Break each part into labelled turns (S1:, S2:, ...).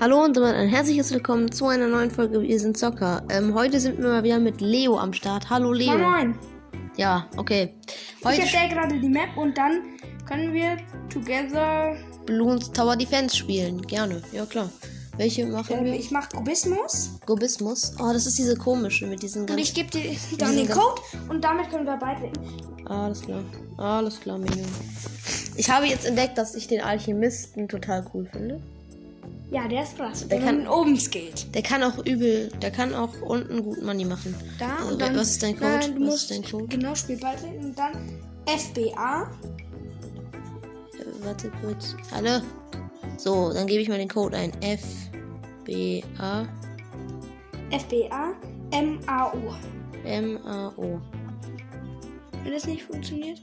S1: Hallo und damit ein herzliches Willkommen zu einer neuen Folge Wir sind Zocker. Ähm, heute sind wir mal wieder mit Leo am Start. Hallo Leo.
S2: Moin Moin.
S1: Ja, okay. Heute
S2: Ich erstelle gerade die Map und dann können wir together.
S1: Bloons Tower Defense spielen. Gerne. Ja klar. Welche machen
S2: Ähm,
S1: wir?
S2: ich mache Kubismus
S1: Gobismus. Oh, das ist diese komische mit diesen
S2: und
S1: ganzen.
S2: ich gebe dir dann
S1: sind
S2: den
S1: das?
S2: Code und damit können wir beitreten.
S1: Alles klar. Alles klar, Minion. Ich habe jetzt entdeckt, dass ich den Alchemisten total cool finde.
S2: Ja, der ist krass.
S1: Der
S2: Wenn
S1: kann-
S2: man oben skillt.
S1: Der kann auch übel, der kann auch unten gut Money machen.
S2: Da
S1: Äh,
S2: und dann.
S1: was ist dein Code?
S2: Nein, du
S1: Was
S2: musst
S1: ist dein Code?
S2: Genau, Spiel beitreten und dann FBA.
S1: Äh, warte kurz. Alle? So, dann gebe ich mal den Code ein. F, B, A,
S2: FBA. MAU.
S1: M, A, O.
S2: Wenn das nicht funktioniert.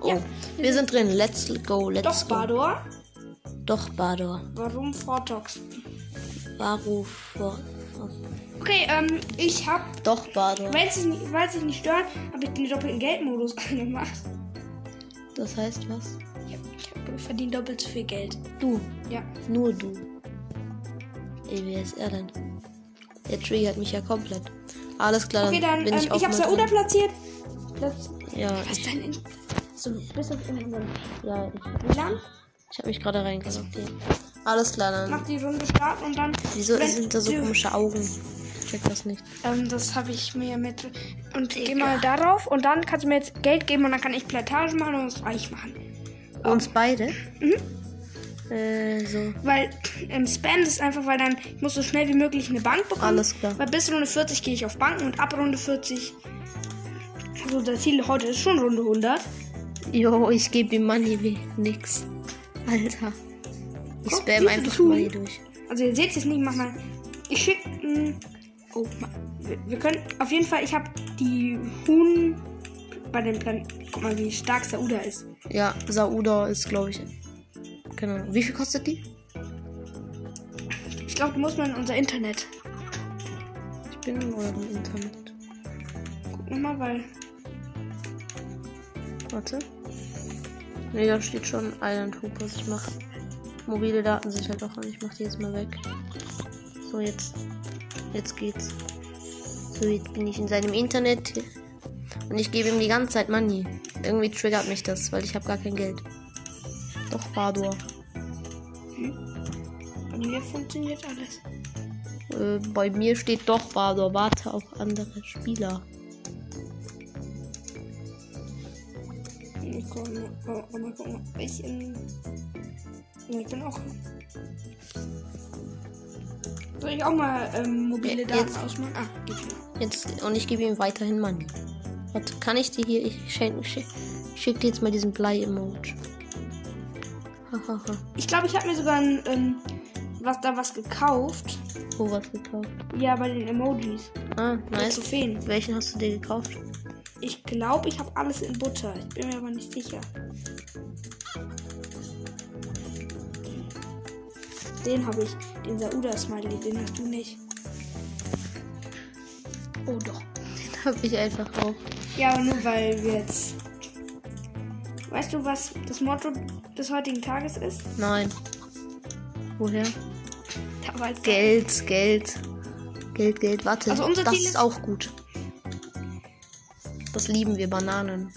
S1: Oh,
S2: Ja.
S1: wir sind drin. Let's go, let's
S2: Doch,
S1: go.
S2: Bador.
S1: Doch, Bador.
S2: Warum Vortox?
S1: Baru, vor, vor.
S2: Okay, ähm, ich hab.
S1: Doch, Bador.
S2: Weil es nicht, weil's dich nicht stört, habe ich den doppelten Geldmodus angemacht.
S1: Das heißt was?
S2: Ja, ich hab- verdiene doppelt so viel Geld.
S1: Du.
S2: Ja.
S1: Nur du. Ey, wer ist er denn? Der triggert mich ja komplett. Alles klar,
S2: Okay, dann,
S1: bin
S2: ähm,
S1: ich
S2: ich,
S1: auch
S2: hab's
S1: mal
S2: ja oder
S1: drin.
S2: platziert. Platz,
S1: Ja,
S2: was
S1: ich,
S2: denn in,
S1: so,
S2: bist du in unserem
S1: ja, ich,
S2: WLAN?
S1: ich habe mich gerade reingelockt. ja. Alles klar, dann.
S2: Mach die Runde starten und dann.
S1: Wieso
S2: wenn
S1: sind da so
S2: du-
S1: komische Augen? Ich check das nicht.
S2: Ähm, das habe ich mir mit. Und geh mal darauf und dann kannst du mir jetzt Geld geben und dann kann ich Plantagen machen und uns reich machen.
S1: Uns beide? Äh, so.
S2: Weil ähm, Spam ist einfach, weil dann ich muss so schnell wie möglich eine Bank bekommen.
S1: Alles klar.
S2: Weil bis Runde 40 gehe ich auf Banken und ab Runde 40. Also das Ziel heute ist schon Runde 100.
S1: Jo, ich gebe ihm Money weg. Nix. Alter. Ich spam
S2: Guck, siehst du
S1: einfach
S2: das Huhn?
S1: mal hier durch.
S2: Also ihr seht es nicht, mach mal. Ich schick. mm, Oh, ma- wir, wir können. Auf jeden Fall, ich habe die Huhn bei dem Plan. Guck mal, wie stark Sauda ist.
S1: Ja, Sauda ist, glaube ich. Genau. Wie viel kostet die?
S2: Ich glaube, du musst mal in unser Internet.
S1: Ich bin in eurem Internet.
S2: Guck mal, weil.
S1: Warte. Ne, da steht schon Island Hoopers. Ich mache mobile Daten sind halt auch an. Ich mache die jetzt mal weg. So, jetzt. Jetzt geht's. So, jetzt bin ich in seinem Internet. Und ich gebe ihm die ganze Zeit Money. Irgendwie triggert mich das, weil ich habe gar kein Geld. Doch, Bador.
S2: Bei mir funktioniert alles.
S1: Äh, bei mir steht doch Bador. Warte auf andere Spieler.
S2: Ich guck mal, oh, oh, mal gucken, ob ich in. Ja, ich bin auch. Soll ich auch mal ähm, mobile
S1: Ja,
S2: Daten
S1: jetzt.
S2: ausmachen? Ah, geht schon.
S1: Jetzt, und ich gebe ihm weiterhin Money. Warte, kann ich dir hier, ich schenke, schick, schick dir jetzt mal diesen Blei-Emoji. Hahaha,
S2: Ich glaube, ich habe mir sogar ein, ähm, was da was gekauft.
S1: wo Oh, was gekauft?
S2: Ja, bei den Emojis.
S1: Ah,
S2: Bei
S1: nice.
S2: Trophäen.
S1: Welchen hast du dir gekauft?
S2: Ich glaube, ich habe alles in Butter. Ich bin mir aber nicht sicher. Den habe ich. Den Sauda-Smiley. Den hast du nicht. Oh doch.
S1: Den habe ich einfach auch.
S2: Ja, aber nur weil wir jetzt. Weißt du, was das Motto des heutigen Tages ist?
S1: Nein. Woher?
S2: Da war
S1: Geld, Geld. Geld, Geld. Warte,
S2: Also unser
S1: das
S2: Ziel
S1: ist
S2: ist-
S1: auch gut. Das lieben wir, Bananen.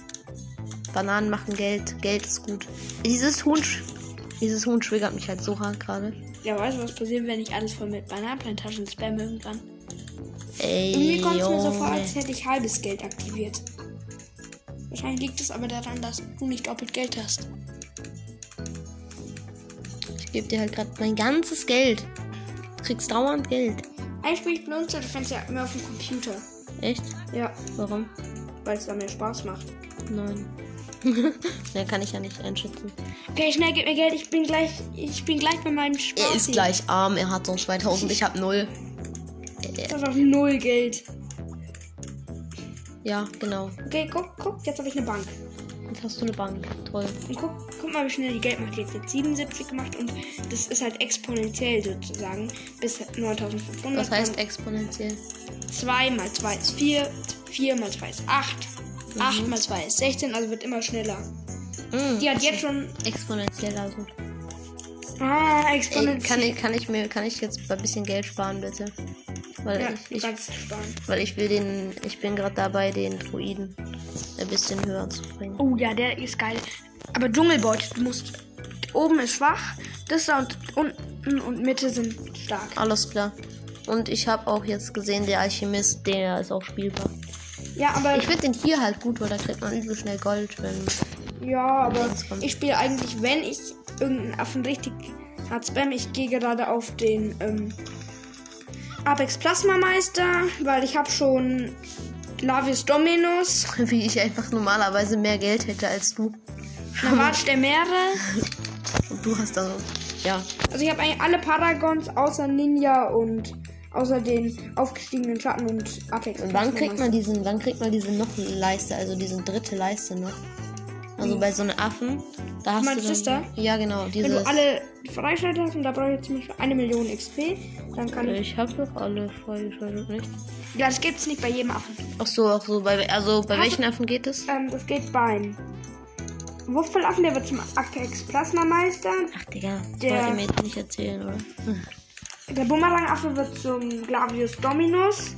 S1: Bananen machen Geld. Geld ist gut. Dieses Huhn, sch- dieses Huhn triggert mich halt so hart gerade.
S2: Ja, weißt du, was passiert, wenn ich alles voll mit Bananenplantagen spam irgendwann?
S1: Ey,
S2: Irgendwie kommt es mir so vor,
S1: Junge.
S2: als hätte ich halbes Geld aktiviert. Wahrscheinlich liegt es aber daran, dass du nicht doppelt Geld hast.
S1: Ich gebe dir halt gerade mein ganzes Geld. Du kriegst dauernd Geld.
S2: Eigentlich bin ich benutzt, du fängst ja immer auf dem Computer.
S1: Echt?
S2: Ja,
S1: Warum?
S2: weil es da mehr Spaß macht.
S1: Nein. ne, kann ich ja nicht einschätzen.
S2: Okay, schnell gib mir Geld, ich bin gleich, ich bin gleich bei meinem Spaß.
S1: Er ist gleich arm, er hat so 2000, ich hab null.
S2: Ich hab noch null Geld.
S1: Ja, genau.
S2: Okay, guck, guck, jetzt habe ich eine Bank.
S1: Jetzt hast du eine Bank. Toll.
S2: Und guck, guck mal, wie schnell die Geld macht. Jetzt wird 77 gemacht und das ist halt exponentiell sozusagen bis 9500.
S1: Was heißt exponentiell?
S2: 2 mal 2 ist 4, 4 mal 2 ist 8, 8 mal 2 ist 16, also wird immer schneller.
S1: Mm,
S2: Die hat jetzt schon,
S1: Exponentiell also.
S2: Ah,
S1: Ey,
S2: exponentiell.
S1: kann, ich, kann ich mir, kann ich jetzt ein bisschen Geld sparen, bitte? Weil
S2: Ja,
S1: ich,
S2: du
S1: ich,
S2: kannst sparen.
S1: weil ich will den, ich bin gerade dabei, den Druiden ein bisschen höher zu bringen.
S2: Oh ja, der ist geil. Aber Dschungelbeut, du musst. Oben ist schwach, das da und unten und Mitte sind stark.
S1: Alles klar. Und ich habe auch jetzt gesehen, der Alchemist, der ist auch spielbar.
S2: Ja, aber
S1: Ich finde den hier halt gut, weil da kriegt man übel schnell Gold, wenn.
S2: ja, aber
S1: Jetzt kommt-
S2: ich spiele eigentlich, wenn ich irgendeinen Affen richtig hart spam, ich gehe gerade auf den ähm, Apex Plasmameister, weil ich habe schon Lavis Dominus,
S1: Wie ich einfach normalerweise mehr Geld hätte als du.
S2: Navatsch der Meere.
S1: Und du hast also. Ja.
S2: Also ich habe eigentlich alle Paragons außer Ninja und außer den aufgestiegenen Schatten und Apex.
S1: Und wann
S2: Plasmameister.
S1: kriegt man diesen, wann kriegt man diese noch Leiste, also diese dritte Leiste noch? Also bei so einem Affen, da hast
S2: meinst
S1: du
S2: das
S1: dann, Ja, genau,
S2: Wenn
S1: dieses.
S2: du alle freischaltet hast und da brauche ich zum Beispiel eine Million XP, dann kann ich.
S1: ich habe doch alle freigeschaltet, nicht?
S2: Ja, das gibt's nicht bei jedem Affen.
S1: Ach so, ach so, bei, also bei
S2: Hast
S1: welchen Affen geht es?
S2: Ähm, das geht beim Wuffelaffen, der wird zum Apex Plasmameister.
S1: Ach, Digga, das
S2: Der-
S1: wollt ihr mir jetzt nicht erzählen, oder? Hm.
S2: Der Bumerangaffe wird zum Glavius Dominus.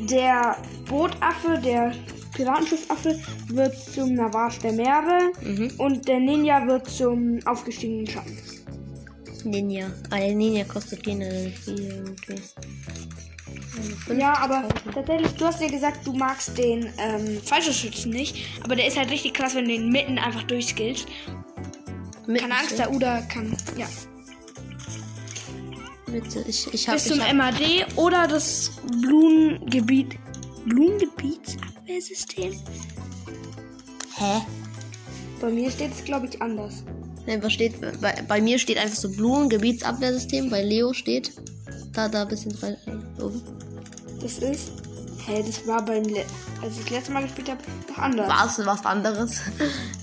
S2: Der Bootaffe, der Piratenschiffaffe, wird zum Navash der Meere.
S1: Mhm.
S2: Und der Ninja wird zum aufgestiegenen Schatten.
S1: Ninja. Ah, der Ninja kostet generell viel irgendwie.
S2: Ja, aber tatsächlich, du hast ja gesagt, du magst den ähm, Fallschirmschützen nicht, aber der ist halt richtig krass, wenn du den mitten einfach durchskillst.
S1: Mitte,
S2: Keine Angst, der Uda kann, ja.
S1: Mitte. Ich, ich habe
S2: Bis
S1: ich
S2: zum
S1: hab,
S2: MAD oder das Blumengebiet, Blumengebietsabwehrsystem?
S1: Hä?
S2: Bei mir steht es, glaube ich, anders.
S1: Ne, was steht, bei, bei mir steht einfach so Blumengebietsabwehrsystem, bei Leo steht da, da ein bisschen drei, oben.
S2: Das ist, hä, das war beim, Le als ich das letzte Mal gespielt habe, noch anders.
S1: War es was anderes?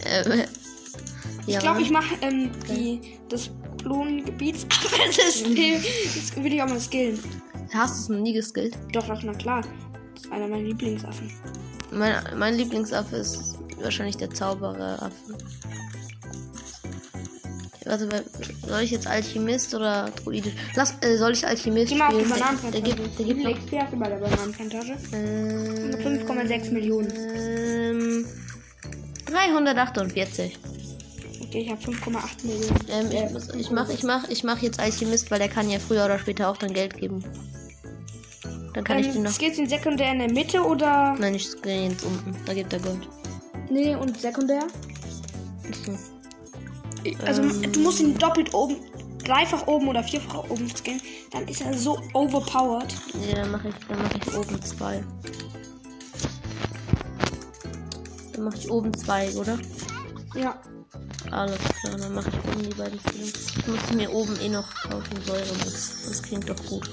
S1: ähm, ja,
S2: Ich glaube, ich mache ähm, die, das Blumengebietsabwehrsystem, das will ich auch mal skillen.
S1: hast du es noch nie geskillt?
S2: Doch, doch, na klar. Das ist einer meiner Lieblingsaffen.
S1: Mein, mein Lieblingsaffe ist wahrscheinlich der Zaubereraffe. Warte, Also, wer- soll ich jetzt Alchemist oder Druide? Lass, äh, soll ich Alchemist
S2: Geh mal auf die
S1: spielen? Der- Der
S2: Bananenplantage.
S1: gibt, der gibt
S2: Wie
S1: noch
S2: viel XP hast du bei der Bananenplantage?
S1: Ähm,
S2: 5,6 Millionen.
S1: Ähm, 348.
S2: Okay, ich habe 5,8 Millionen.
S1: Ähm,
S2: Äh,
S1: ich, muss, ich mach, ich mach, ich mach jetzt Alchemist, weil der kann ja früher oder später auch dann Geld geben. Dann kann ich
S2: Ähm,
S1: den noch.
S2: es geht in sekundär in der Mitte oder.
S1: Nein, ich gehe jetzt unten. Da gibt er Gold.
S2: Nee, und sekundär?
S1: Achso.
S2: Also,
S1: Ähm.
S2: du musst ihn doppelt oben, dreifach oben oder vierfach oben skillen. Dann ist er so overpowered.
S1: Nee, dann mache ich, dann mache ich oben zwei. Dann mache ich oben zwei, oder?
S2: Ja.
S1: Alles klar, dann mache ich oben die beiden Stellungen. Ich muss mir oben eh noch kaufen Säure. Das, das klingt doch gut.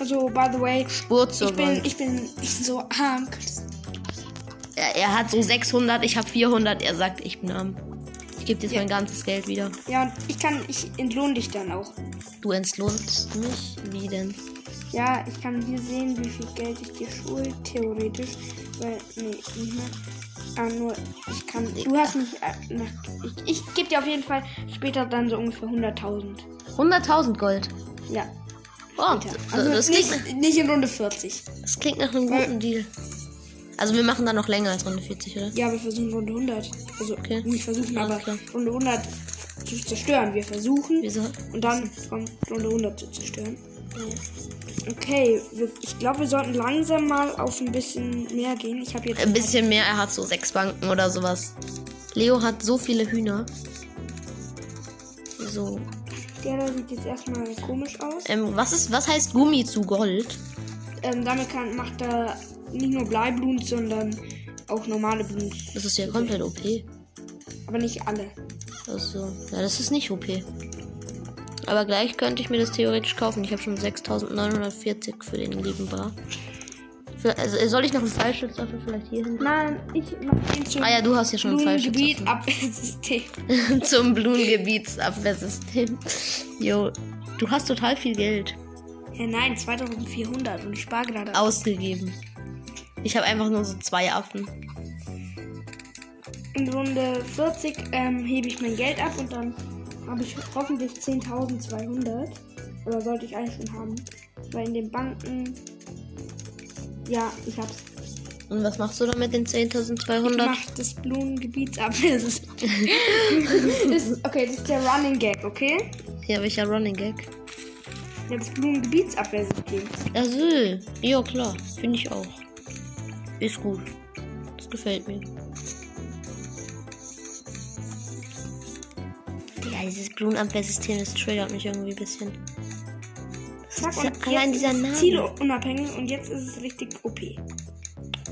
S2: Also, by the way,
S1: Spur zur
S2: ich bin,
S1: Gold.
S2: ich bin so arm.
S1: Er, er hat so 600, ich habe 400. Er sagt, ich bin arm. Ich gebe jetzt mein ganzes Geld wieder.
S2: Ja, und ich kann, ich entlohne dich dann auch.
S1: Du entlohnst mich? Wie denn?
S2: Ja, ich kann hier sehen, wie viel Geld ich dir schuld, theoretisch. Weil, nee, nicht mehr. Ah, nur, ich kann. Du hast mich. Äh, nach, ich ich gebe dir auf jeden Fall später dann so ungefähr 100.000.
S1: 100.000 Gold.
S2: Ja.
S1: Oh,
S2: Später.
S1: das,
S2: Also
S1: das, klingt,
S2: nicht, nicht in Runde 40.
S1: das klingt nach einem guten Deal. Also wir machen da noch länger als Runde 40, oder?
S2: Ja, wir versuchen Runde 100. Also,
S1: Okay.
S2: nicht versuchen,
S1: Alles
S2: aber
S1: klar.
S2: Runde 100 zu zerstören. Wir versuchen.
S1: Wieso?
S2: Und dann kommt Runde 100 zu zerstören. Okay, wir, ich glaube, wir sollten langsam mal auf ein bisschen mehr gehen. Ich habe jetzt.
S1: Ein bisschen mehr, er hat so sechs Banken oder sowas. Leo hat so viele Hühner. So.
S2: Der da sieht jetzt erstmal komisch aus.
S1: Ähm, was ist, was heißt Gummi zu Gold?
S2: Ähm, damit kann, macht er nicht nur Bleiblut, sondern auch normale Blut.
S1: Das ist ja komplett OP.
S2: Aber nicht alle.
S1: Also, ja, das ist nicht OP. Aber gleich könnte ich mir das theoretisch kaufen. Ich habe schon 6940 für den lieben Bra. Für- Also, soll ich noch einen Fallschutzaffen vielleicht hier hin?
S2: Nein, ich mach den zum
S1: Ah ja, du hast ja schon einen
S2: Blumengebiet
S1: Fallschutzaffen.
S2: ab System.
S1: Zum Blumengebietsabwehrsystem. Jo, du hast total viel Geld.
S2: Ja, nein, 2400 und ich spare gerade.
S1: ausgegeben. Ich habe einfach nur so zwei Affen.
S2: In Runde 40 ähm, hebe ich mein Geld ab und dann habe ich hoffentlich 10.200. Aber sollte ich eigentlich schon haben. Weil in den Banken. Ja, ich hab's.
S1: Und was machst du dann mit den
S2: Ich
S1: 10.200?
S2: mach das Blumengebiet ab. Das ist, das ist, okay, das ist der Running Gag, okay?
S1: Ja, welcher Running Gag?
S2: Ja, das Blumengebietsabwehrsystem.
S1: Asyl. Ja, klar. Finde ich auch. Ist gut. Das gefällt mir. Digga, dieses Blumenabwehrsystem, das triggert mich irgendwie ein bisschen.
S2: Zack,
S1: Dieser- allein
S2: jetzt
S1: dieser
S2: ist es
S1: Name.
S2: Zielunabhängig und jetzt ist es richtig OP.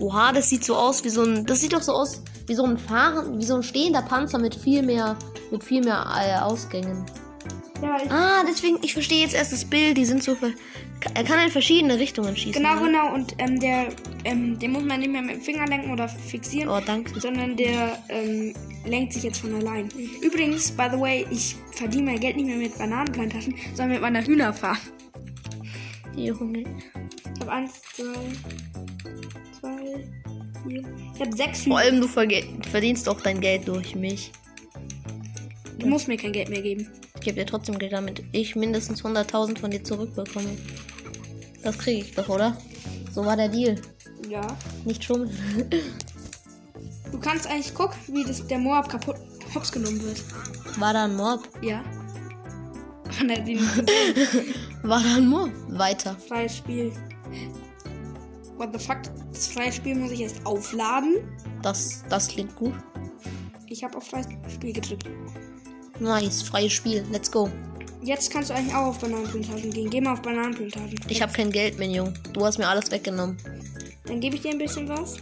S1: Oha, das sieht so aus wie so ein. Das sieht doch so aus wie so ein fahren, wie so ein stehender Panzer mit viel mehr, mit viel mehr äh, Ausgängen.
S2: Ja, ich,
S1: Ah, deswegen, ich verstehe jetzt erst das Bild. Die sind so. ver- Er kann in verschiedene Richtungen schießen.
S2: genau,
S1: ne?
S2: genau. Und ähm, der, ähm, den muss man nicht mehr mit dem Finger lenken oder fixieren,
S1: Oh, danke.
S2: sondern der ähm, lenkt sich jetzt von allein. Übrigens, by the way, ich verdiene mein Geld nicht mehr mit Bananenplantagen, sondern mit meiner Hühnerfarm.
S1: Junge.
S2: Ich habe eins, zwei, zwei, vier. Ich habe sechs
S1: Vor
S2: Hühner.
S1: allem, du verge- verdienst auch dein Geld durch mich.
S2: Du musst mir kein Geld mehr geben.
S1: Ich gebe dir trotzdem Geld, damit ich mindestens 100.000 von dir zurückbekomme. Das kriege ich doch, oder? So war der Deal.
S2: Ja.
S1: Nicht schummeln.
S2: Du kannst eigentlich gucken, wie das, der Moab kaputt hops genommen wird.
S1: War da ein Mob?
S2: Ja. Von der Dino.
S1: War da ein Mob? Weiter.
S2: freies Spiel. What the fuck? Das freie Spiel muss ich erst aufladen.
S1: Das, das klingt gut.
S2: Ich habe auf freies Spiel gedrückt.
S1: Nice, freies Spiel. Let's go.
S2: Jetzt kannst du eigentlich auch auf Bananenplantagen gehen. Geh mal auf Bananenplantagen.
S1: Ich habe kein Geld mehr, Junge. Du hast mir alles weggenommen.
S2: Dann gebe ich dir ein bisschen was.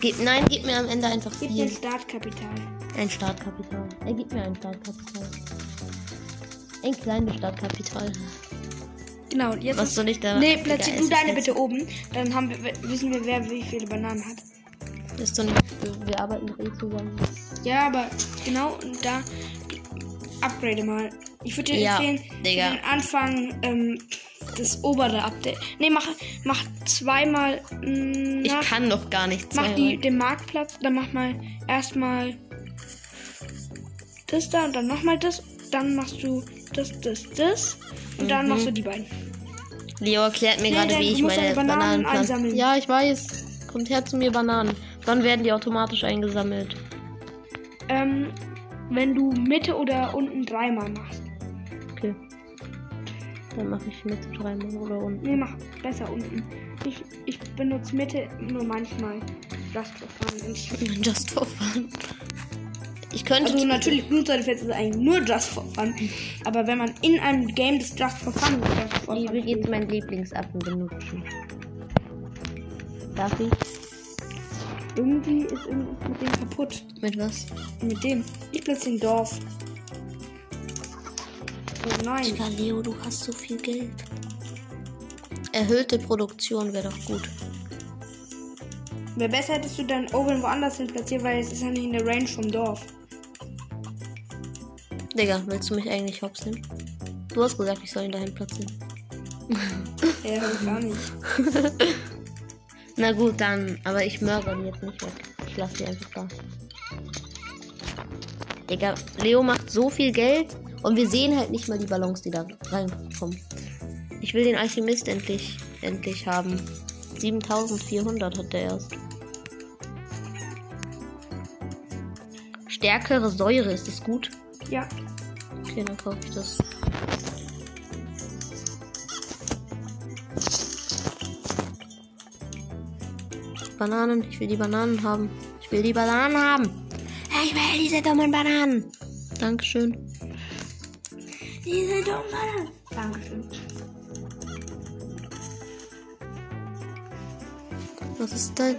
S1: Gib, nein, gib mir am Ende einfach
S2: Gib dir ein
S1: viel.
S2: Startkapital.
S1: Ein Startkapital. Er gibt mir ein Startkapital. Ein kleines Startkapital.
S2: Genau, und jetzt.
S1: Was soll ich da-
S2: Nee,
S1: Digga,
S2: platzier
S1: es
S2: du
S1: ist
S2: deine
S1: jetzt-
S2: bitte oben. Dann haben wir, wissen wir, wer wie viele Bananen hat.
S1: Ist doch nicht. Wir, wir arbeiten doch eh zusammen.
S2: Ja, aber genau und da upgrade mal. Ich würde dir
S1: Ja,
S2: empfehlen,
S1: Digga.
S2: für den Anfang ähm, das obere Update. Nee, mach, mach zweimal. mm,
S1: Ich
S2: na,
S1: kann doch gar nichts
S2: mach
S1: mehr.
S2: die, den Marktplatz, dann mach mal erstmal das da und dann nochmal das. Dann machst du das, das, das. Und dann
S1: Mhm.
S2: machst du die beiden.
S1: Leo erklärt mir
S2: Nee,
S1: gerade,
S2: denn
S1: wie
S2: du
S1: ich
S2: musst
S1: meine
S2: deine Bananen
S1: Bananen pflanze.
S2: einsammeln.
S1: Ja, ich weiß. Kommt her zu mir Bananen. Dann werden die automatisch eingesammelt.
S2: Ähm, wenn du Mitte oder unten dreimal machst.
S1: Okay. Dann mache ich mit dreimal oder unten.
S2: Nee, mach besser unten. Ich, ich benutze Mitte nur manchmal. Just for fun. Und ich-
S1: Just for fun. Ich könnte.
S2: Also natürlich benutzt er jetzt eigentlich nur Just for Fun. Aber wenn man in einem Game das Just for Fun mit Just for Fun
S1: Wie will jetzt
S2: spielt,
S1: mein Lieblingsaffen benutzen? Darf ich?
S2: irgendwie ist irgendwas mit dem kaputt.
S1: Mit was?
S2: Mit dem. Ich platziere ein Dorf. Oh nein.
S1: Digga, Leo, du hast so viel Geld. Erhöhte Produktion wäre doch gut.
S2: Wäre besser hättest du deinen Oven woanders hin platziert, weil es ist ja nicht in der Range vom Dorf.
S1: Digga, willst du mich eigentlich hops nehmen? Du hast gesagt, ich soll ihn dahin platzieren.
S2: Ja, hab ich gar nicht.
S1: Na gut, dann. Aber ich mörder die jetzt nicht weg. Ich lasse die einfach da. Digga, Leo macht so viel Geld und wir sehen halt nicht mal die Ballons, die da reinkommen. Ich will den Alchemist endlich, endlich haben. 7400 hat der erst. Stärkere Säure, ist das gut?
S2: Ja.
S1: Okay, dann kaufe ich das. Bananen, ich will die Bananen haben. Ich will die Bananen haben. Ich will diese dummen Bananen. Dankeschön.
S2: Diese dummen Bananen. Dankeschön.
S1: Was ist dein.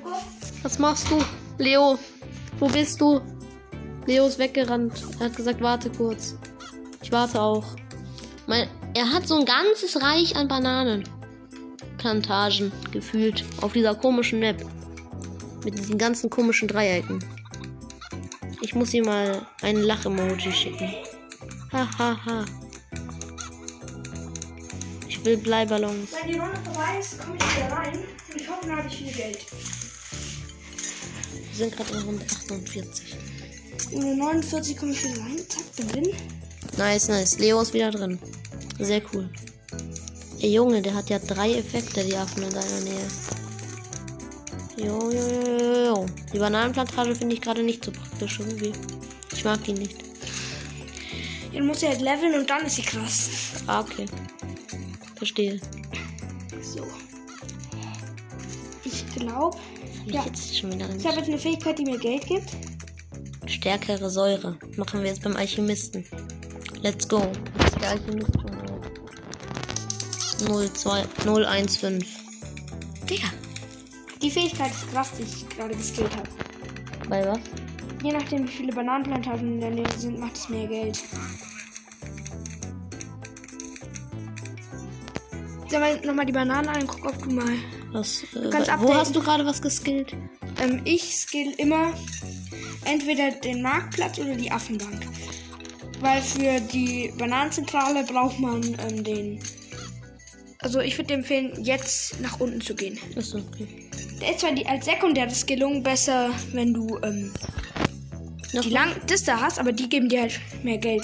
S1: Was machst du? Leo, wo bist du? Leo ist weggerannt. Er hat gesagt, warte kurz. Ich warte auch. Mein, er hat so ein ganzes Reich an Bananenplantagen gefühlt. Auf dieser komischen Map. Mit diesen ganzen komischen Dreiecken. Ich muss ihm mal ein Lach-Emoji schicken. Hahaha. Ha, ha. Ich will Bleiballons.
S2: Wenn die Runde vorbei ist, komme ich wieder rein. Und ich hoffe, dann habe ich viel Geld.
S1: Wir sind gerade um in Runde 48.
S2: Runde 49 komme ich wieder rein. Zack, bin drin.
S1: Nice, nice. Leo ist wieder drin. Sehr cool. Ey, Junge, der hat ja drei Effekte, die Affen in seiner Nähe. Jo, jo, jo, jo, jo. Die Bananenplantage finde ich gerade nicht so praktisch irgendwie. Ich mag die nicht.
S2: Dann muss er halt leveln und dann ist sie krass.
S1: Ah, okay. Verstehe.
S2: So. Ich glaube,
S1: Bin
S2: ja.
S1: Ich jetzt schon wieder
S2: Ich habe jetzt eine Fähigkeit, die mir Geld gibt.
S1: Stärkere Säure. Machen wir jetzt beim Alchemisten. Let's go. Was ist der Alchemist schon drauf? 02 015. Digga.
S2: Die Fähigkeit ist krass, die ich gerade geskillt habe.
S1: Bei was?
S2: Je nachdem, wie viele Bananenplantagen in der Nähe sind, macht es mehr Geld. Sag mal nochmal die Bananen an, guck, ob du mal.
S1: was äh,
S2: kannst
S1: wa- wo
S2: updaten.
S1: hast du gerade was geskillt?
S2: Ähm, ich skill immer entweder den Marktplatz oder die Affenbank. Weil für die Bananenzentrale braucht man ähm, den. Also ich würde empfehlen, jetzt nach unten zu gehen.
S1: Achso, okay.
S2: Der ist zwar die, als sekundäre Skillung besser, wenn du ähm,
S1: Noch
S2: die lang das da hast, aber die geben dir halt mehr Geld.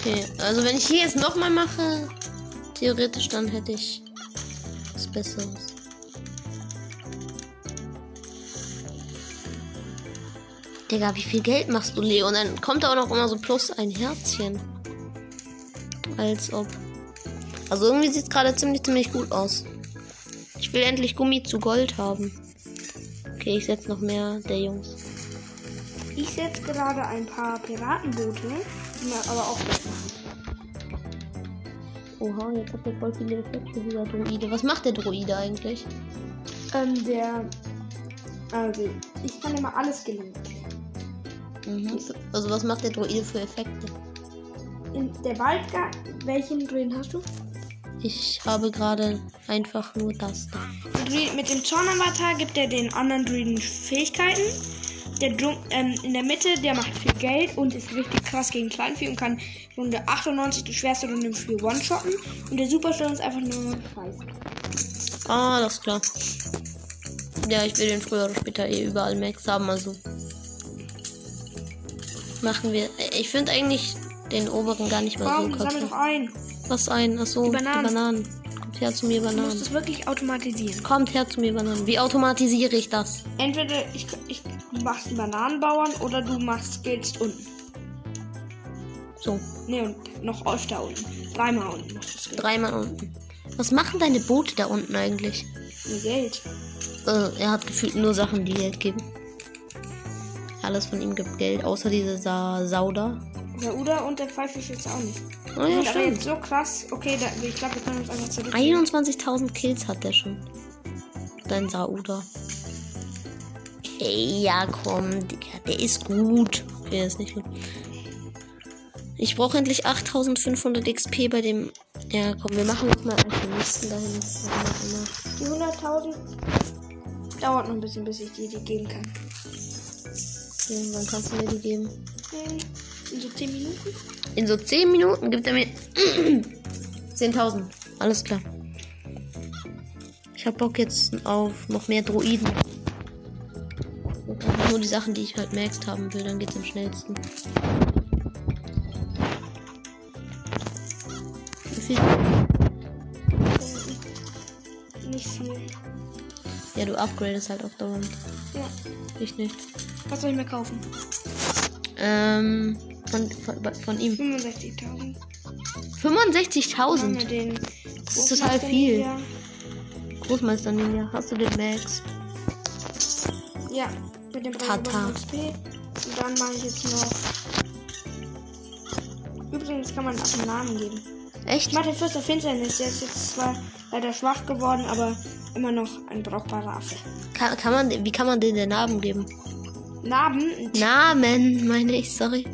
S1: Okay, also wenn ich hier jetzt nochmal mache, theoretisch dann hätte ich was Besseres. Digga, wie viel Geld machst du, Leo? Und dann kommt da auch noch immer so plus ein Herzchen. Als ob. Also irgendwie sieht es gerade ziemlich, ziemlich gut aus. Ich will endlich Gummi zu Gold haben. Okay, ich setze noch mehr der Jungs.
S2: Ich setze gerade ein paar Piratenboote, die man aber auch besser
S1: Oha, jetzt hat er voll viele Effekte, dieser Droide. Was macht der Droide eigentlich?
S2: Ähm, der. Also, ich kann immer alles gelingen.
S1: Mhm. Also was macht der Droide für Effekte?
S2: In der Waldgarten. Welchen Druiden hast du?
S1: Ich habe gerade einfach nur das da.
S2: mit dem Zornavatar gibt er den anderen Druiden Fähigkeiten. Der Drum, ähm, in der Mitte, der macht viel Geld und ist richtig krass gegen Kleinvieh und kann Runde 98 die schwerste Runde im Spiel one-shotten. Und der Superstar ist einfach nur scheiße.
S1: Ah, das ist klar. Ja, ich will den früher oder später eh überall Max haben, also. Machen wir. Ich finde eigentlich den oberen gar nicht mal so
S2: Komm, sammel
S1: kacke.
S2: doch ein.
S1: Was ein? Achso, die
S2: Bananen.
S1: Bananen. Kommt her zu mir,
S2: Du musst
S1: Bananen.
S2: es wirklich automatisieren.
S1: Kommt her zu mir, Bananen. Wie automatisiere ich das?
S2: Entweder ich, ich, du machst einen Bananenbauern oder du machst Skills unten.
S1: So,
S2: Ne, und noch öfter unten. Dreimal unten machst du Skills.
S1: dreimal unten. Was machen deine Boote da unten eigentlich?
S2: Nur Geld.
S1: Äh, er hat gefühlt nur Sachen, die Geld geben. Alles von ihm gibt Geld, außer diese Sa Sauda.
S2: Der Uda und der Pfeiffisch jetzt auch nicht.
S1: Oh ja,
S2: Und aber jetzt
S1: stimmt.
S2: so krass. Okay, da, ich glaube, wir können uns einfach zurück.
S1: 21.000 Kills hat der schon. Dein Sauda. Ey, ja, komm, Digga, der ist gut. Okay, der ist nicht gut. Ich brauche endlich 8500 XP bei dem. Ja, komm, wir machen nochmal Alchemisten dahin. ist noch immer-
S2: Die 100.000 dauert noch ein bisschen, bis ich dir die geben kann.
S1: Okay, wann kannst du mir die geben?
S2: Hm, In so 10 Minuten?
S1: In so 10 Minuten gibt er mir 10.000. Alles klar. Ich hab Bock jetzt auf noch mehr Droiden. Einfach Nur die Sachen, die ich halt merkst haben will, dann geht's am schnellsten. Wie viel?
S2: Nicht viel.
S1: Ja, du upgradest halt auch dauernd.
S2: Ja.
S1: Ich nicht.
S2: Was soll ich mir kaufen?
S1: Ähm, von, von, von ihm.
S2: 65.000.
S1: 65.000?
S2: Machen wir den.
S1: Oh, Das ist total
S2: Großmeister
S1: viel.
S2: Ninja.
S1: Großmeister Ninja, hast du den Max?
S2: Ja, mit dem
S1: Tata.
S2: Tata. XP. Und dann mache ich jetzt noch. Übrigens kann man auch einen Namen geben.
S1: Echt?
S2: Ich mache den Fürst der Finsternis. Der ist jetzt zwar leider schwach geworden, aber immer noch ein brauchbarer Affe.
S1: Kann, kann man, wie kann man denen den Namen geben?
S2: Narben,
S1: Namen, meine ich, sorry.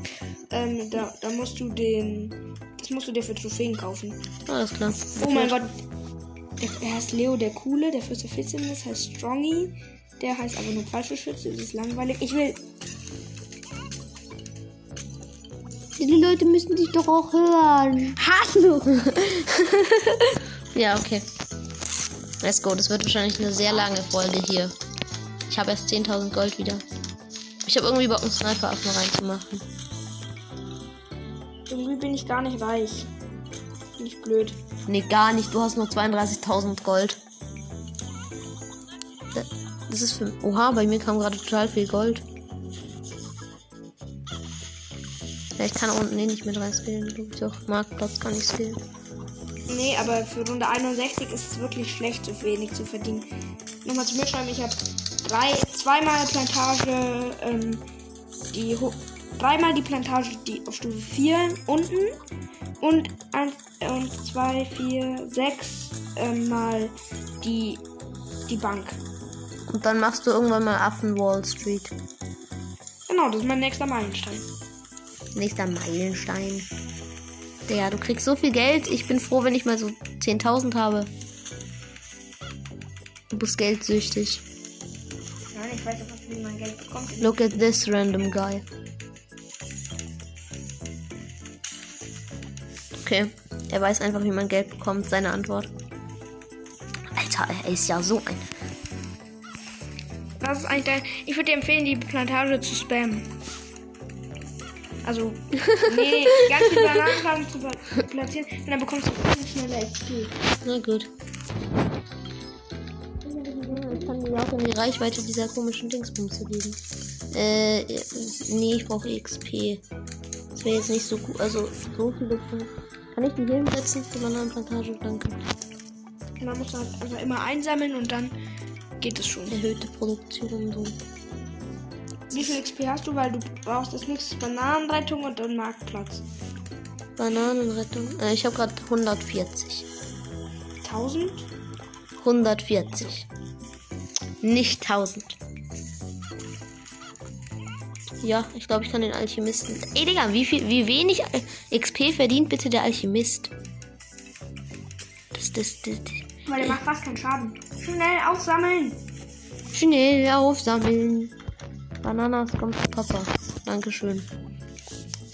S2: ähm, da, da musst du den. Das musst du dir für Trophäen kaufen.
S1: Alles klar.
S2: Oh mein Gott. Der, er heißt Leo der Coole, der Fürst der Finsternis heißt Strongy. Der heißt aber nur Fallschirmschütze, das ist langweilig. Ich will.
S1: Die Leute müssen dich doch auch hören.
S2: Hallo!
S1: Ja, okay. Let's go. Das wird wahrscheinlich eine sehr lange Folge hier. Ich habe erst 10.000 Gold wieder. Ich habe irgendwie Bock, einen Sniper-Affen reinzumachen.
S2: Irgendwie bin ich gar nicht reich. Bin ich blöd.
S1: Nee, gar nicht. Du hast nur 32.000 Gold. Da- Das ist für. Oha, bei mir kam gerade total viel Gold. Ja, ich kann unten eh nicht mit reinspielen. Du bist auf Marktplatz kann ich spielen.
S2: Nee, aber für Runde 61 ist es wirklich schlecht, so wenig zu verdienen. Nochmal zum Mitschreiben, ich habe drei, zweimal Plantage, ähm, die ho- dreimal die Plantage, die auf Stufe 4 unten und eins und zwei, vier, sechs ähm, mal die, die Bank.
S1: Und dann machst du irgendwann mal Affen Wall Street.
S2: Genau, das ist mein nächster Meilenstein.
S1: Nächster Meilenstein. Ja, du kriegst so viel Geld. Ich bin froh, wenn ich mal so 10.000 habe. Du bist geldsüchtig.
S2: Nein, ich weiß auch, wie man Geld bekommt.
S1: Look at this random guy. Okay, er weiß einfach, wie man Geld bekommt. Seine Antwort. Alter, er ist ja so ein.
S2: Was ist eigentlich dein. Ich würde dir empfehlen, die Plantage zu spammen. Also, nee, die ganzen Bananenfarben zu pla- platzieren und dann bekommst du viel schneller XP.
S1: Na gut. Ich kann mir auch in die Reichweite dieser komischen Dingsbumse geben. Äh, nee, ich brauche XP. Das wäre jetzt nicht so gut. Also, so viele Punkte. Kann ich die hier hinsetzen? Die Bananenplantage? Danke.
S2: Und dann musst du halt einfach immer einsammeln und dann geht es schon.
S1: Erhöhte Produktion. So.
S2: Wie viel XP hast du? Weil du brauchst als nächstes Bananenrettung und dann Marktplatz.
S1: Bananenrettung. Äh, ich habe gerade 140.
S2: 1000?
S1: 140. Nicht 1000. Ja, ich glaube, ich kann den Alchemisten. Ey, Digga, wie, viel, wie wenig Al- XP verdient bitte der Alchemist? Das, das, das.
S2: Weil der macht fast keinen Schaden. Schnell aufsammeln!
S1: das. Schnell aufsammeln. Bananas kommt zu Papa. Dankeschön.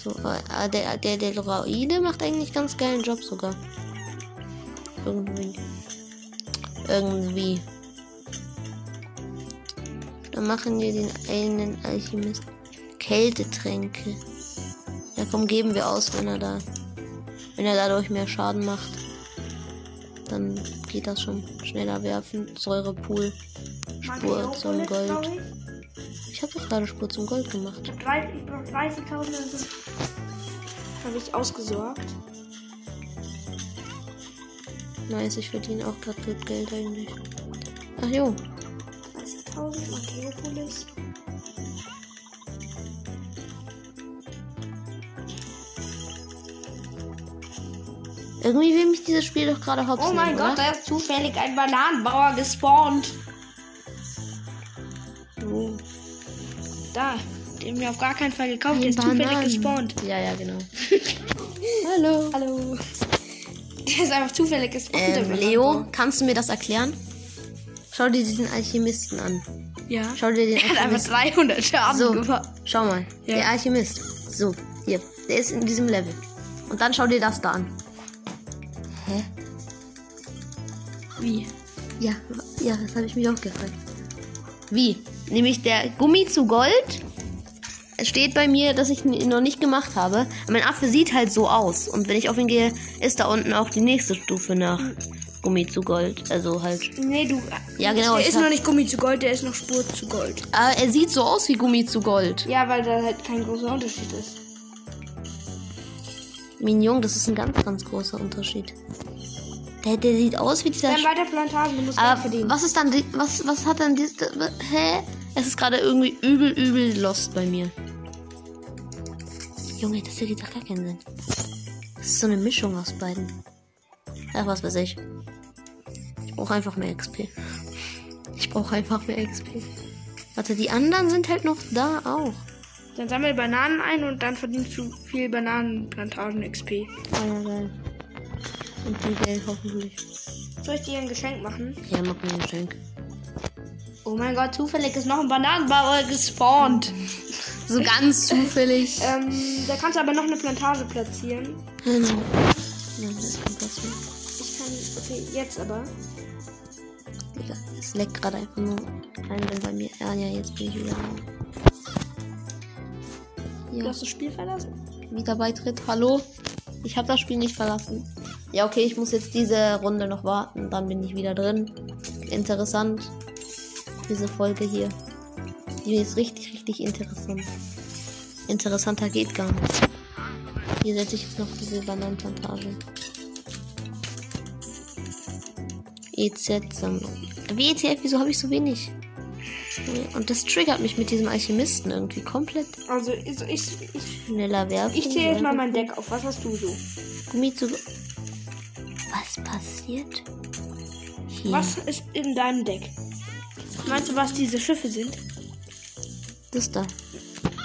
S1: So, äh, der, der, der Droide macht eigentlich ganz geilen Job sogar. Irgendwie. Irgendwie. Dann machen wir den einen Alchemist. Kältetränke. Ja komm, geben wir aus, wenn er da. Wenn er dadurch mehr Schaden macht. Dann geht das schon. Schneller werfen. Säurepool. Spur zum Gold.
S2: Ich,
S1: Ich habe doch gerade Spur zum Gold gemacht.
S2: ich habe 30.000. Habe ich ausgesorgt.
S1: Nice, ich verdiene auch gerade gut Geld eigentlich. Ach jo.
S2: 30.000 Mateopolis.
S1: Irgendwie will mich dieses Spiel doch gerade hops
S2: Oh mein
S1: nehmen,
S2: Gott, da ist zufällig ein Bananenbauer gespawnt.
S1: Oder? Oh.
S2: Da, den wir auf gar keinen Fall gekauft, der ist
S1: Bananen.
S2: zufällig gespawnt.
S1: Ja, ja, genau. Hallo.
S2: Hallo. Der ist einfach zufällig gespawnt. der
S1: Ähm, Leo,
S2: Bananenbauer.
S1: kannst du mir das erklären? Schau dir diesen Alchemisten an.
S2: Ja.
S1: Schau dir den
S2: Der hat einfach
S1: Alchemisten
S2: 300 Schaden
S1: So.
S2: gemacht.
S1: Schau mal.
S2: Ja.
S1: Der Alchemist. So, hier. Der ist in diesem Level. Und dann schau dir das da an. Hä?
S2: Wie?
S1: Ja, ja, das habe ich mich auch gefragt. Wie? Nämlich der Gummi zu Gold. Es steht bei mir, dass ich ihn noch nicht gemacht habe. Aber Mein Affe sieht halt so aus. Und wenn ich auf ihn gehe, ist da unten auch die nächste Stufe nach Gummi zu Gold. Also halt.
S2: Nee, du.
S1: Ja, genau,
S2: Der
S1: ich
S2: ist
S1: hab-
S2: noch nicht Gummi zu Gold, der ist noch Spur zu Gold.
S1: Aber Ah, er sieht so aus wie Gummi zu Gold.
S2: Ja, weil da halt kein großer Unterschied ist.
S1: Mignon, das ist ein ganz, ganz großer Unterschied. Der, der sieht aus wie dieser.
S2: Dann weiter Plantagen, du musst Geld
S1: Aber
S2: verdienen.
S1: Ah, Äh, was ist dann. die- Was, was hat dann dieses. Hä? Es ist gerade irgendwie übel, übel lost bei mir. Junge, das hier geht doch gar keinen Sinn. Das ist so eine Mischung aus beiden. Ach, was weiß ich. Ich brauche einfach mehr XP. Ich brauche einfach mehr XP. Warte, die anderen sind halt noch da auch.
S2: Dann sammel Bananen ein und dann verdienst du viel Bananenplantagen XP.
S1: Ah ja, geil. Und viel Geld hoffentlich.
S2: Soll ich dir ein Geschenk machen?
S1: Ja, mach mir ein Geschenk.
S2: Oh mein Gott, zufällig ist noch ein Bananenbauer gespawnt.
S1: So ganz zufällig.
S2: Ähm, da kannst du aber noch eine Plantage platzieren.
S1: Genau. Nein, da ist kein Platz mehr.
S2: Ich kann. Okay, jetzt aber.
S1: Digga, es leckt gerade einfach nur ein, wenn bei mir. Ja, ja, jetzt bin ich wieder.
S2: Du
S1: Ja.
S2: hast das Spiel verlassen.
S1: Wiederbeitritt. Hallo? Ich habe das Spiel nicht verlassen. Ja, okay, ich muss jetzt diese Runde noch warten, dann bin ich wieder drin. Interessant. Diese Folge hier. Die ist richtig, richtig interessant. Interessanter geht gar nicht. Hier setze ich jetzt noch diese Bananenplantage. E EZ-Sammlung. WTF, E wieso habe ich so wenig? Und das triggert mich mit diesem Alchemisten irgendwie komplett.
S2: Also ich, ich, ich,
S1: Schneller werfen.
S2: ich zähle jetzt mal
S1: Säure-
S2: mein Deck auf. Was hast du so?
S1: Gummizug. Was passiert? Hier.
S2: Was ist in deinem Deck? Meinst du, was diese Schiffe sind?
S1: Das da.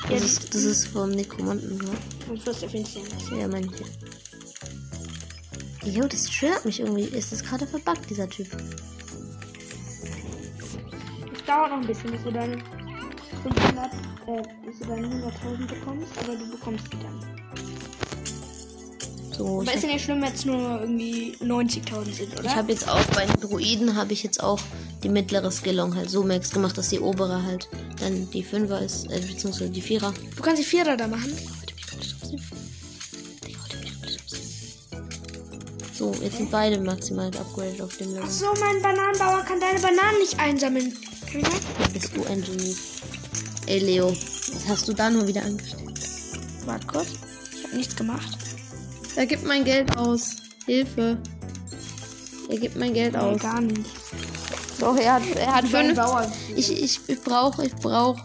S1: Das
S2: Jetzt-
S1: ist, das ist vom Nekromanten, ne?
S2: Und Fürst der Finsternis.
S1: Ja, meine ich. Jo, das triggert mich irgendwie. Ist das gerade verbuggt, dieser Typ?
S2: Es dauert noch ein bisschen, bis du deine 500, äh, bis du deine 100.000 bekommst, aber du bekommst die dann.
S1: So,
S2: Aber
S1: ich
S2: ist ja nicht schlimm, wenn es nur irgendwie 90.000 sind, oder?
S1: Ich habe jetzt auch bei den Druiden habe ich jetzt auch die mittlere Skillung halt so max gemacht, dass die obere halt dann die Fünfer ist, äh, beziehungsweise die Vierer.
S2: du kannst die Vierer da machen.
S1: Heute bin ich komplett obsessiv. Digga, heute bin ich komplett obsessiv. So, jetzt sind beide maximal upgraded auf dem Level.
S2: So, mein Bananenbauer kann deine Bananen nicht einsammeln.
S1: Wer bist du ein Genie? Ey Leo, was hast du da nur wieder angestellt?
S2: Warte kurz. Ich habe nichts gemacht.
S1: Er gibt mein Geld aus. Hilfe. Er gibt mein Geld aus.
S2: gar nicht.
S1: Doch, er hat, er hat
S2: Mein
S1: fünf.
S2: Bauer.
S1: Ich, ich, ich brauche, ich brauche.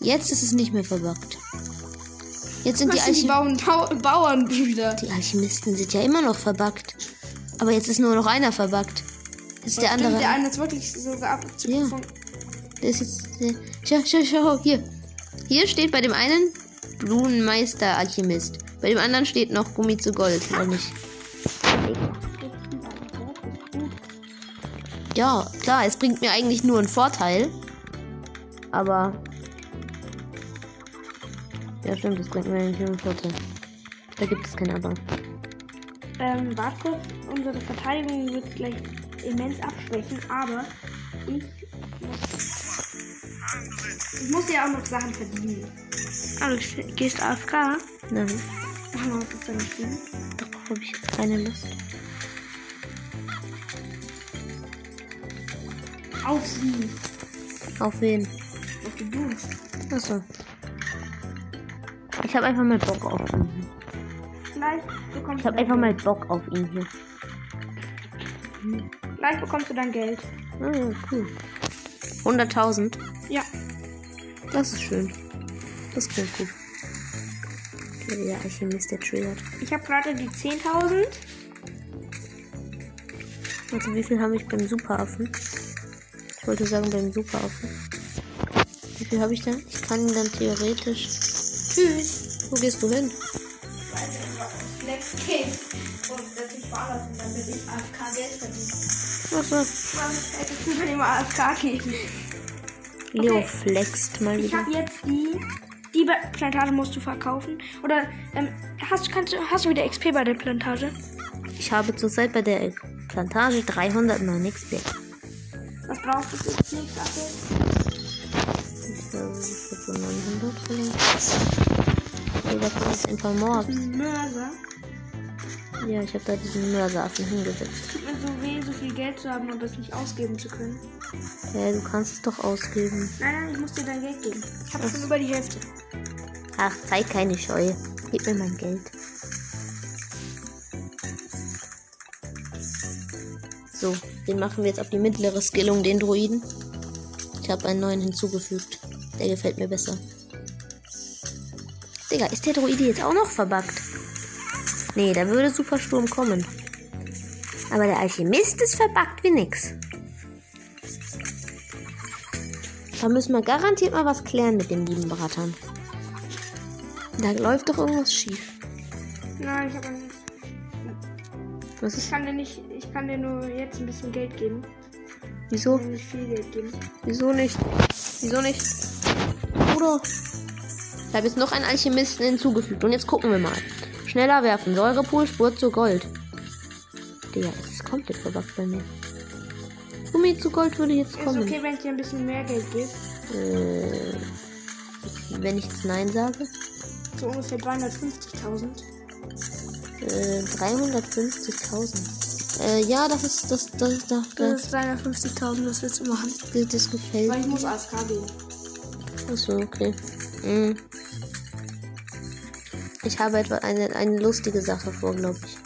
S1: Jetzt ist es nicht mehr verbuggt. Jetzt sind die,
S2: Was sind die
S1: Alchem
S2: Bauern, Bau Bauernbrüder?
S1: die Alchemisten sind ja immer noch verbuggt. Aber jetzt ist nur noch einer verbuggt. Das ist der
S2: Stimmt,
S1: andere.
S2: Der eine ist wirklich so abgezogen.
S1: Der ist jetzt. Der, schau, schau, schau, hier. Hier steht bei dem einen Blumenmeister Alchemist. Bei dem anderen steht noch Gummi zu Gold, oder nicht? Ja, klar, es bringt mir eigentlich nur einen Vorteil. Aber. Ja, stimmt, es bringt mir eigentlich nur einen Vorteil. Da gibt es kein Aber.
S2: Ähm, warte kurz, unsere Verteidigung wird gleich immens abschwächen, aber ich muss, ich muss ja auch noch Sachen verdienen. Also, du gehst AFK?
S1: Nein,
S2: Machen wir uns das dann nicht hin.
S1: darauf habe ich jetzt keine Lust.
S2: Auf sie,
S1: Auf wen?
S2: auf die Blumen.
S1: Achso. Ich habe einfach mal Bock auf ihn. hier.
S2: Gleich bekommst,
S1: Ich habe
S2: du
S1: einfach
S2: dein
S1: mal
S2: Geld.
S1: Bock auf ihn hier.
S2: gleich bekommst du dein Geld.
S1: Ah, ja, cool. 100.000.
S2: Ja,
S1: Das ist schön. Das klingt gut. Okay, der Alchemist, der triggert.
S2: ich habe gerade die 10.000.
S1: Also wie viel habe ich beim Superaffen? Ich wollte sagen beim Superaffen. Wie viel habe ich da? Ich kann ihn dann theoretisch.
S2: Tschüss.
S1: Wo gehst du hin?
S2: Let's Kiss. Und das ist woanders, damit ich AFK Geld verdiene.
S1: Achso.
S2: Was hättest du, wenn ich mal AFK geben?
S1: Leo flext mal
S2: Ich
S1: wieder.
S2: habe jetzt die. Die Ba- Plantage musst du verkaufen. Oder ähm, hast, kannst, du- hast du wieder XP bei der Plantage?
S1: Ich habe zurzeit bei der Plantage 309 XP.
S2: Was brauchst du jetzt nicht dafür?
S1: Ich glaube, ich habe so 900 vielleicht. Oder kann ich ein paar Mord?
S2: Ein Mörser.
S1: Ja, ich habe da diesen Mörserhafen hingesetzt.
S2: Tut mir so weh, so viel Geld zu haben und das nicht ausgeben zu können.
S1: Ja, du kannst es doch ausgeben.
S2: Nein, nein, ich muss dir dein Geld geben. Ich habe schon über die Hälfte.
S1: Ach, sei keine Scheu. Gib mir mein Geld. So, den machen wir jetzt auf die mittlere Skillung, den Druiden. Ich habe einen neuen hinzugefügt. Der gefällt mir besser. Digga, ist der Druide jetzt auch noch verbuggt? Nee, da würde Supersturm kommen. Aber der Alchemist ist verbuggt wie nix. Da müssen wir garantiert mal was klären mit den lieben Brattern. Da läuft doch irgendwas schief.
S2: Nein, ich habe nicht.
S1: Was
S2: Ich
S1: ist?
S2: kann dir nicht. Ich kann dir nur jetzt ein bisschen Geld geben. Ich
S1: Wieso?
S2: kann dir nicht viel Geld geben.
S1: Wieso nicht? Wieso nicht? Bruder. Ich habe jetzt noch einen Alchemisten hinzugefügt. Und jetzt gucken wir mal. Schneller werfen. Säurepool, Spur zu Gold. Digga, es ist komplett verbuggt bei mir. Gummi zu Gold würde jetzt
S2: Ist
S1: kommen.
S2: okay, wenn ich dir ein bisschen mehr Geld gebe.
S1: Äh, wenn ich jetzt Nein sage?
S2: So ungefähr 350.000.
S1: Äh, 350.000. Äh, ja, das ist, das, das, das,
S2: Das
S1: das,
S2: ist 350.000, Äh, das willst du machen.
S1: das, das gefällt
S2: Weil ich muss AFK gehen.
S1: Achso, okay. Mm. Ich habe etwa eine, eine lustige Sache vor, glaube ich.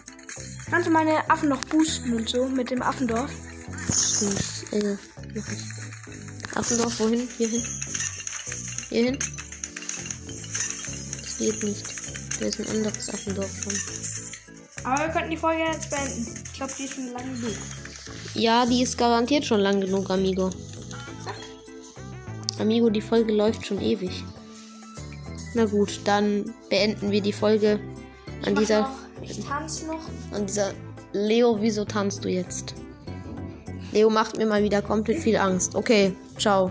S2: Kannst du meine Affen noch boosten und so mit dem Affendorf?
S1: Stimmt. Äh, mach ich. Affendorf, wohin? Hierhin? Hierhin? Das geht nicht. Da ist ein anderes Affendorf schon.
S2: Aber wir könnten die Folge jetzt beenden. Ich glaube, die ist schon lang genug.
S1: Ja, die ist garantiert schon lang genug, Amigo. Amigo, die Folge läuft schon ewig. Na gut, dann beenden wir die Folge an
S2: Mach
S1: dieser.
S2: Noch, ich tanze noch.
S1: An dieser. Leo, wieso tanzt du jetzt? Leo macht mir mal wieder komplett viel Angst. Okay, ciao.